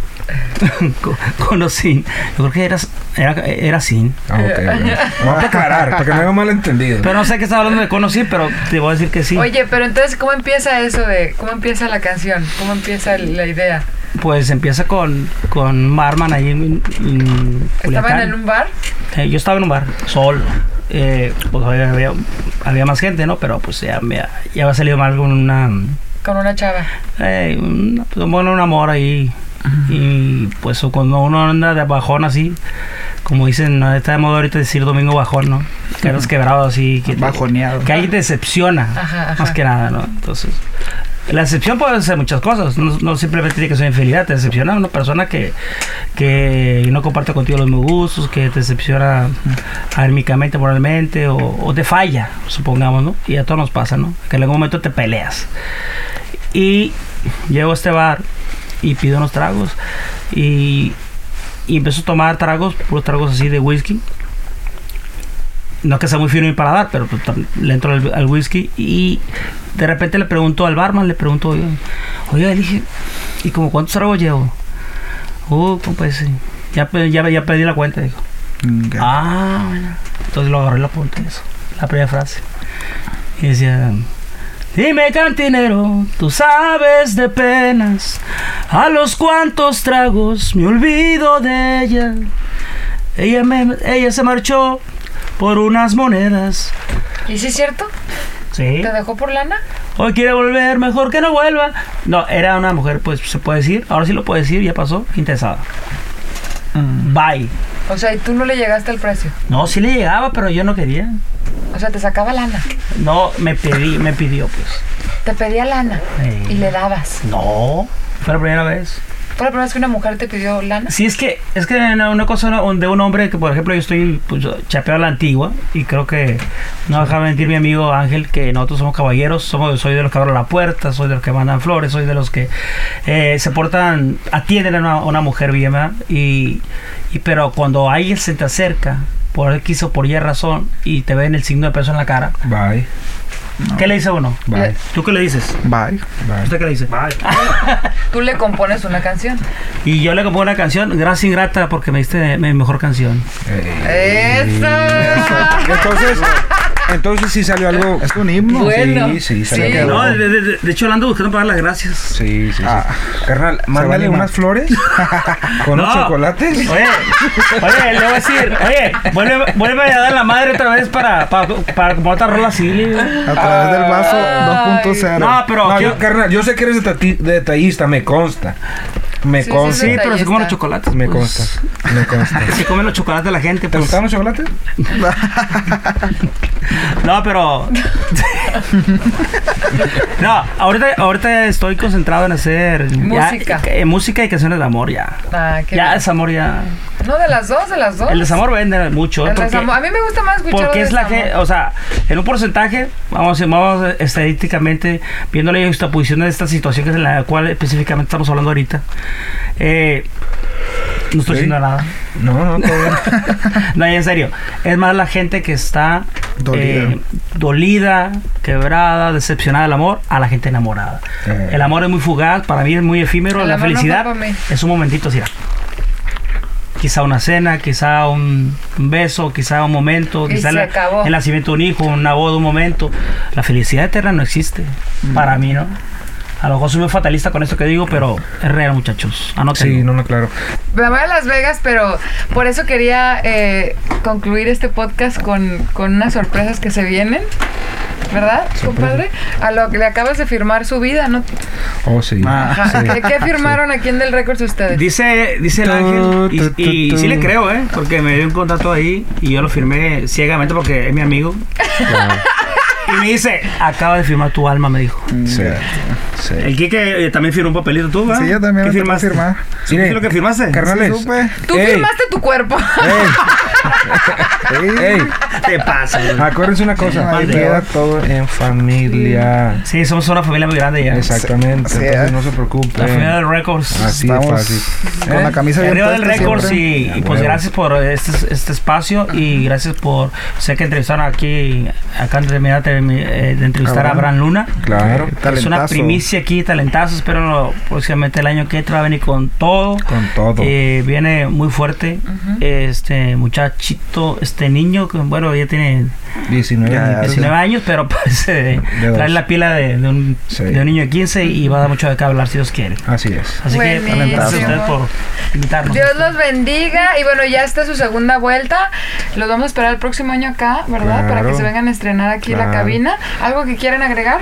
Speaker 4: Co- Conocí. Yo creo que era, era, era sin.
Speaker 2: Ah,
Speaker 4: *laughs*
Speaker 2: ok, ok. Vamos a aclarar, para que no haya malentendido.
Speaker 4: Pero no sé qué estaba hablando de conocí, pero te voy a decir que sí.
Speaker 1: Oye, pero entonces, ¿cómo empieza eso de... ¿Cómo empieza la canción? ¿Cómo empieza el- la idea?
Speaker 4: Pues empieza con, con Marman ahí en, en
Speaker 1: ¿Estaban
Speaker 4: Culiacán.
Speaker 1: en un bar?
Speaker 4: Eh, yo estaba en un bar, solo. Eh, pues había, había, había más gente, ¿no? Pero pues ya, me- ya había salido mal con una...
Speaker 1: Con una chava.
Speaker 4: eh, una- pues, bueno, un amor ahí. Y pues o cuando uno anda de bajón así, como dicen, no, está de moda ahorita decir domingo bajón, ¿no? Caras quebrados así. Que,
Speaker 5: Bajoneado.
Speaker 4: que ahí te decepciona.
Speaker 1: Ajá, ajá.
Speaker 4: Más que nada, ¿no? Entonces, La excepción puede ser muchas cosas, no, no simplemente tiene que ser infidelidad, te decepciona una persona que, que no comparte contigo los mismos gustos, que te decepciona anímicamente, moralmente, o, o te falla, supongamos, ¿no? Y a todos nos pasa, ¿no? Que en algún momento te peleas. Y llego a este bar y pido unos tragos y, y empiezo a tomar tragos, puros tragos así de whisky. No es que sea muy fino mi paladar, pero pues, tam- le entro al, al whisky y de repente le pregunto al barman, le pregunto, oye, oye, le dije, ¿y como cuántos tragos llevo? Uh, compa, dice, ya, pe- ya, ya pedí la cuenta, dijo. Ah, bueno. Entonces lo agarré y lo apunté eso. La primera frase. Y decía, dime cantinero, tú sabes de penas, a los cuantos tragos me olvido de ella. Ella, me- ella se marchó por unas monedas.
Speaker 1: ¿Y si es cierto?
Speaker 4: Sí.
Speaker 1: ¿Te dejó por lana?
Speaker 4: Hoy quiere volver, mejor que no vuelva. No, era una mujer, pues se puede decir, ahora sí lo puede decir, ya pasó, interesada. Bye.
Speaker 1: O sea, y tú no le llegaste al precio.
Speaker 4: No, sí le llegaba, pero yo no quería.
Speaker 1: O sea, te sacaba lana.
Speaker 4: No, me pedí, me pidió, pues.
Speaker 1: Te pedía lana
Speaker 4: Eh,
Speaker 1: y le dabas.
Speaker 4: No. Fue la primera vez.
Speaker 1: ¿Fue la primera vez que una mujer te pidió lana?
Speaker 4: Sí, es que es que una, una cosa no- de un hombre que, por ejemplo, yo estoy pues, yo chapeado a la antigua y creo que no deja de mentir mi amigo Ángel que nosotros somos caballeros, somos soy de los que abren la puerta, soy de los que mandan flores, soy de los que eh, se portan, atienden a una, a una mujer bien, ¿verdad? Y, y- pero cuando alguien se te acerca por X o por Y razón y te ven el signo de peso en la cara,
Speaker 2: Bye,
Speaker 4: ¿qué le dice uno?
Speaker 2: bye,
Speaker 4: ¿Tú qué le dices?
Speaker 5: Mm, Bye.
Speaker 2: bye.
Speaker 4: ¿Usted qué le dice?
Speaker 1: Tú le compones una canción.
Speaker 4: Y yo le compongo una canción, Gracias Ingrata, porque me diste mi mejor canción.
Speaker 2: Ey.
Speaker 1: ¡Eso!
Speaker 2: Entonces, entonces sí salió algo.
Speaker 5: Es un himno.
Speaker 1: Bueno,
Speaker 2: sí, sí, salió
Speaker 1: sí.
Speaker 2: algo.
Speaker 4: No, de, de- de- de hecho, le ando buscando para dar las gracias.
Speaker 2: Sí, sí, sí.
Speaker 5: Ah.
Speaker 2: Carnal,
Speaker 5: vale
Speaker 2: mándale
Speaker 5: más.
Speaker 2: unas flores con
Speaker 4: No.
Speaker 2: unos chocolates.
Speaker 4: Oye, oye, le voy a decir, oye, vuelve, vuelve a dar la madre otra vez para, para, para como otra rola así.
Speaker 5: A través del vaso
Speaker 1: Ay.
Speaker 5: 2.0.
Speaker 4: No, pero
Speaker 2: No,
Speaker 4: quiero-
Speaker 2: yo, carnal, yo sé que eres detati- detallista, me consta. Me
Speaker 1: Sí, sí,
Speaker 2: consta.
Speaker 4: sí, pero se
Speaker 1: detallista.
Speaker 4: comen los chocolates.
Speaker 2: Me
Speaker 4: pues.
Speaker 2: consta. Me consta.
Speaker 4: Se comen los chocolates de la gente,
Speaker 2: ¿Te
Speaker 4: pues.
Speaker 2: gustaban los chocolates?
Speaker 4: No, pero. no, ahorita, ahorita estoy concentrado en hacer. ya-
Speaker 1: Música.
Speaker 4: eh, música y canciones de amor, ya.
Speaker 1: Ah, qué
Speaker 4: ya,
Speaker 1: bien.
Speaker 4: desamor, ya.
Speaker 1: No, de las dos, de las dos.
Speaker 4: El desamor vende mucho.
Speaker 1: El
Speaker 4: porque-
Speaker 1: desamor. A mí me gusta más escuchar
Speaker 4: Porque
Speaker 1: el
Speaker 4: es la que,
Speaker 1: desamor.
Speaker 4: o sea, en un porcentaje, vamos, vamos estadísticamente, viendo la juxtaposición de esta situación que es en la cual específicamente estamos hablando ahorita, eh, no estoy
Speaker 2: Sí.
Speaker 4: diciendo nada.
Speaker 2: No, no,
Speaker 4: *laughs*
Speaker 2: todo bien.
Speaker 4: No, en serio. Es más la gente que está
Speaker 5: Dolida.
Speaker 4: eh, dolida, quebrada, decepcionada del amor, a la gente enamorada.
Speaker 2: Eh.
Speaker 4: El amor es muy fugaz, para mí es muy efímero,
Speaker 1: El
Speaker 4: la
Speaker 1: amor no fue
Speaker 4: felicidad
Speaker 1: para mí.
Speaker 4: es un momentito, sí. Quizá una cena, quizá un un beso, quizá un momento,
Speaker 1: Y
Speaker 4: quizá
Speaker 1: se
Speaker 4: la-
Speaker 1: acabó.
Speaker 4: el nacimiento de un hijo, una boda, un momento. La felicidad eterna no existe,
Speaker 5: Mm.
Speaker 4: para mí, ¿no? A lo mejor soy muy fatalista con esto que digo, pero es real, muchachos. Anótenlo.
Speaker 2: Sí, no, no, claro.
Speaker 1: Me voy a Las Vegas, pero por eso quería eh, concluir este podcast con, con unas sorpresas que se vienen. ¿Verdad, compadre? A lo que le acabas de firmar su vida, ¿no?
Speaker 2: Oh, sí.
Speaker 5: Ah,
Speaker 1: Ajá.
Speaker 2: Sí.
Speaker 5: *laughs*
Speaker 1: ¿Qué, qué firmaron aquí en Del Records ustedes?
Speaker 4: Dice, dice el
Speaker 5: Tu,
Speaker 4: ángel,
Speaker 5: tu,
Speaker 4: y, y
Speaker 5: tu, tu.
Speaker 4: sí le creo, ¿eh? Porque me dio un contrato ahí y yo lo firmé ciegamente porque es mi amigo. Y me dice, acaba de firmar tu alma, me dijo.
Speaker 2: Sí. Sí.
Speaker 4: El Kike eh, también firmó un papelito, ¿tú, ¿verdad?
Speaker 5: Mm. Sí, yo también
Speaker 4: ¿Qué
Speaker 5: me tocó
Speaker 4: firmaste?
Speaker 5: firmar.
Speaker 4: ¿Supiste lo que firmaste?
Speaker 2: Carnales.
Speaker 5: Sí, supe.
Speaker 1: Tú
Speaker 2: Ey,
Speaker 1: firmaste tu cuerpo. *laughs*
Speaker 5: Sí.
Speaker 2: ey,
Speaker 4: *laughs* Te pasa, güey.
Speaker 2: acuérdense una cosa.
Speaker 5: Madre.
Speaker 2: Queda todo en familia.
Speaker 4: Sí, somos una familia muy grande ya.
Speaker 2: Exactamente.
Speaker 5: Sí,
Speaker 2: Entonces
Speaker 5: eh.
Speaker 2: no se
Speaker 4: La familia
Speaker 2: preocupen.
Speaker 4: del Records.
Speaker 2: Así de
Speaker 5: Estamos
Speaker 2: fácil.
Speaker 5: Con
Speaker 2: ¿Eh?
Speaker 5: la camisa bien
Speaker 4: Arriba del
Speaker 5: puesta
Speaker 4: Records
Speaker 5: siempre.
Speaker 4: y,
Speaker 2: Ya,
Speaker 4: y, pues
Speaker 2: huevo.
Speaker 4: gracias por este, este espacio y gracias por, sé que entrevistaron aquí, acaban de terminar de, eh, de entrevistar a
Speaker 5: Abraham.
Speaker 4: Abraham Luna.
Speaker 2: Claro.
Speaker 4: Es una
Speaker 5: Talentazo.
Speaker 4: primicia aquí, talentazo. Espero próximamente el año que entra va a venir con todo.
Speaker 2: Con todo.
Speaker 4: Eh, viene muy fuerte este muchachito, este niño, que bueno, ya tiene
Speaker 2: 19
Speaker 5: Ya, ya,
Speaker 2: años.
Speaker 4: 19 años, pero *laughs* pues, eh,
Speaker 2: Ah, De dos.
Speaker 4: trae la pila de, de un,
Speaker 2: Sí.
Speaker 4: de un niño de 15 y va a dar mucho de qué hablar si Dios quiere.
Speaker 2: Así es.
Speaker 4: Así que
Speaker 1: Buenísimo.
Speaker 4: gracias a ustedes por invitarnos.
Speaker 1: Dios los bendiga. Y bueno, ya está su segunda vuelta. Los vamos a esperar el próximo año acá, ¿verdad? Para que
Speaker 2: Claro.
Speaker 1: se vengan a estrenar aquí en la
Speaker 2: Claro.
Speaker 1: cabina. ¿Algo que quieran agregar?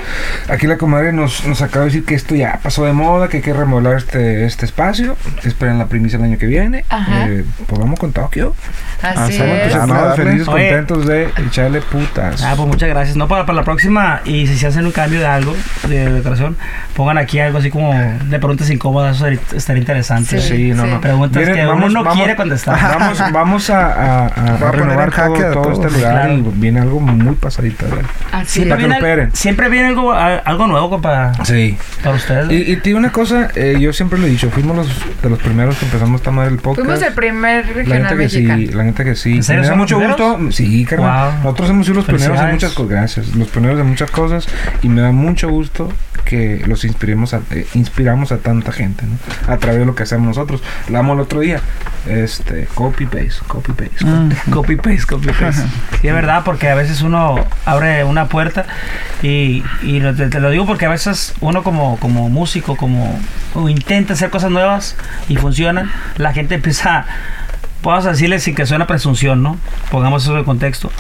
Speaker 2: Aquí la comadre nos, nos acaba de decir que esto ya pasó de moda, que hay que remodelar este, este espacio. Que esperen la primicia el año que viene.
Speaker 1: Ajá.
Speaker 2: Eh, pues vamos con Tokio.
Speaker 1: Así
Speaker 2: Estamos
Speaker 1: es.
Speaker 5: pues,
Speaker 2: entusiasmados,
Speaker 5: Darle.
Speaker 2: felices,
Speaker 4: Oye.
Speaker 2: contentos de echarle putas.
Speaker 4: Ah, pues muchas gracias. No, para, para la próxima, y si se hacen un cambio de algo, de decoración, pongan aquí algo así como de preguntas incómodas, eso estaría- estaría interesante.
Speaker 1: Sí,
Speaker 2: Sí, no,
Speaker 1: sí.
Speaker 2: no.
Speaker 4: Preguntas
Speaker 2: Miren,
Speaker 4: que uno no quiere contestar.
Speaker 2: *laughs* Vamos, vamos a, a, a-
Speaker 5: Voy a
Speaker 2: a
Speaker 5: poner en
Speaker 2: renovar todo,
Speaker 5: jaque a
Speaker 2: todo este
Speaker 5: todos.
Speaker 2: lugar
Speaker 4: Claro.
Speaker 2: y viene algo muy pasadito. ¿verdad?
Speaker 1: Así
Speaker 4: Siempre
Speaker 2: Para que
Speaker 4: viene,
Speaker 2: lo
Speaker 4: al-
Speaker 2: operen.
Speaker 4: siempre viene algo, a- algo nuevo compa,
Speaker 2: Sí.
Speaker 4: para ustedes.
Speaker 2: Y, y te digo una cosa, eh, yo siempre lo he dicho, fuimos los de los primeros que empezamos a tomar el podcast.
Speaker 1: Fuimos el primer
Speaker 2: La neta
Speaker 1: regional
Speaker 2: que
Speaker 1: mexicano.
Speaker 2: sí, la neta que sí.
Speaker 4: ¿En serio
Speaker 2: Me da
Speaker 4: son los
Speaker 2: mucho
Speaker 4: primeros?
Speaker 2: gusto. Sí, carnal.
Speaker 4: Wow.
Speaker 2: Nosotros hemos sido los primeros en
Speaker 4: Felicidades.
Speaker 2: muchas cosas. Gracias. Los primeros en muchas cosas. Y me da mucho gusto que los inspiremos a, eh, inspiramos a tanta gente, ¿no? A través de lo que hacemos nosotros. Lo amo el otro día. Este, copy paste, copy paste.
Speaker 1: Mm.
Speaker 4: *laughs* Copy paste, copy paste. Sí, es verdad, porque a veces uno abre una puerta y, y lo- te, te lo digo porque a veces uno como, como músico, como o intenta hacer cosas nuevas y funcionan, la gente empieza, vamos a decirle sin que suene a presunción, ¿no? Pongamos eso de contexto,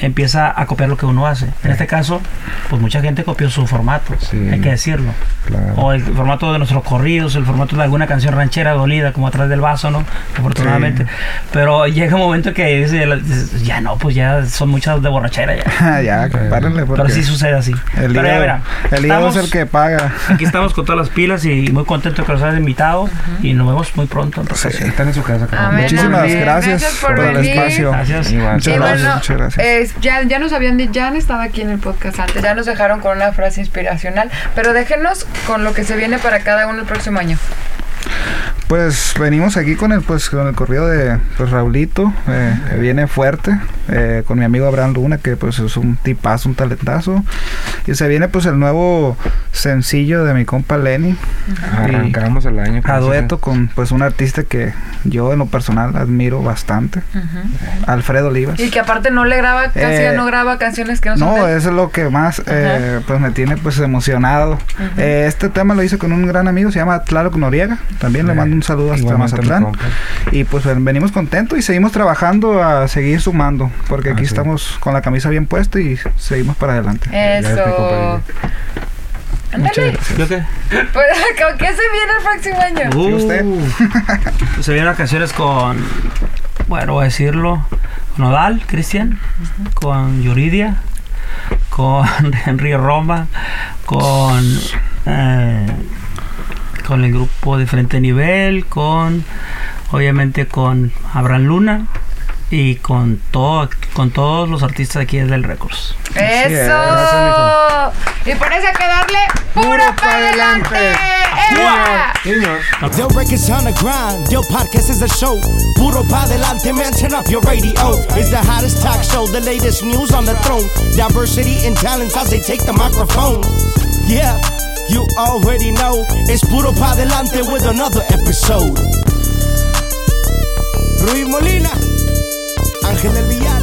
Speaker 4: empieza a copiar lo que uno hace. En este caso, pues mucha gente copió su formato,
Speaker 2: Sí.
Speaker 4: hay que decirlo.
Speaker 5: Oh.
Speaker 2: Claro.
Speaker 4: O el formato de nuestros corridos, el formato de alguna canción ranchera dolida, como atrás del vaso, ¿no? Afortunadamente. Pero llega un momento que dice, dices, ya no, pues ya son muchas de borrachera ya.
Speaker 5: *laughs* Ah, ya, compárenle.
Speaker 4: Pero
Speaker 5: porque
Speaker 4: sí sucede así. Pero
Speaker 5: El
Speaker 4: ya
Speaker 5: hígado,
Speaker 4: verá,
Speaker 5: el hígado es el
Speaker 4: estamos-
Speaker 5: que paga.
Speaker 4: Aquí estamos con todas las pilas y muy contento que nos hayan invitado y nos vemos muy pronto. entonces.
Speaker 5: Sí.
Speaker 2: Están en su casa, carnal.
Speaker 1: Amén,
Speaker 5: Muchísimas
Speaker 1: amén.
Speaker 5: gracias,
Speaker 1: Gracias por
Speaker 5: por, el
Speaker 1: venir.
Speaker 5: espacio.
Speaker 4: Gracias.
Speaker 2: Igual.
Speaker 5: Muchas
Speaker 1: Y
Speaker 5: gracias,
Speaker 1: bueno,
Speaker 5: muchas gracias.
Speaker 1: es- ya, ya nos habían dicho, ya han estado aquí en el podcast antes, ya nos dejaron con una frase inspiracional, pero déjenos con lo que se viene para cada uno el próximo año.
Speaker 5: Pues venimos aquí con el pues con el corrido de pues, Raulito, eh, que viene fuerte, eh, con mi amigo Abraham Luna, que pues es un tipazo, un talentazo. Y se viene pues el nuevo sencillo de mi compa Lenny,
Speaker 2: Arrancamos el año. con
Speaker 5: a
Speaker 2: ese-
Speaker 5: dueto con pues un artista que yo en lo personal admiro bastante, Alfredo Olivas.
Speaker 1: Y que aparte no le graba, casi
Speaker 5: Eh,
Speaker 1: ya no graba canciones que no son
Speaker 5: No,
Speaker 1: de-
Speaker 5: eso es lo que más eh, pues me tiene pues emocionado. Eh, este tema lo hice con un gran amigo, se llama Tlaloc Noriega. También le
Speaker 2: Eh,
Speaker 5: mando un saludo hasta
Speaker 2: igualmente mi
Speaker 5: Mazatlán.
Speaker 2: compa.
Speaker 5: Y pues ven- venimos contentos y seguimos trabajando a seguir sumando, porque aquí
Speaker 2: Así es.
Speaker 5: estamos con la camisa bien puesta y seguimos para
Speaker 1: Eh,
Speaker 5: adelante.
Speaker 2: Ya te
Speaker 1: Eso.
Speaker 2: compadre.
Speaker 1: Ándale,
Speaker 4: ¿Yo qué?
Speaker 1: pues, *laughs* ¿con qué se viene el próximo año?
Speaker 4: Uh,
Speaker 5: usted?
Speaker 4: se vienen las canciones con, bueno, voy a decirlo, con Odal, Cristian, con Yuridia, con *laughs* Henry Roma, con, eh, con el grupo Diferente Nivel, con, obviamente, con Abraham Luna y con, todo, con todos los artistas de aquí desde el Records.
Speaker 1: eh,
Speaker 5: Así es,
Speaker 1: Eso. Y por eso hay que darle puro para adelante. ¡Ea!
Speaker 6: Your record's on the grind, your podcast is a show. Puro pa delante, man, turn up your radio. It's the hottest talk show, the latest news on the throne. Diversity and talents as they take the microphone. Yeah, you already know. It's Puro pa delante with another episode. Rui Molina, Ángel El Villar.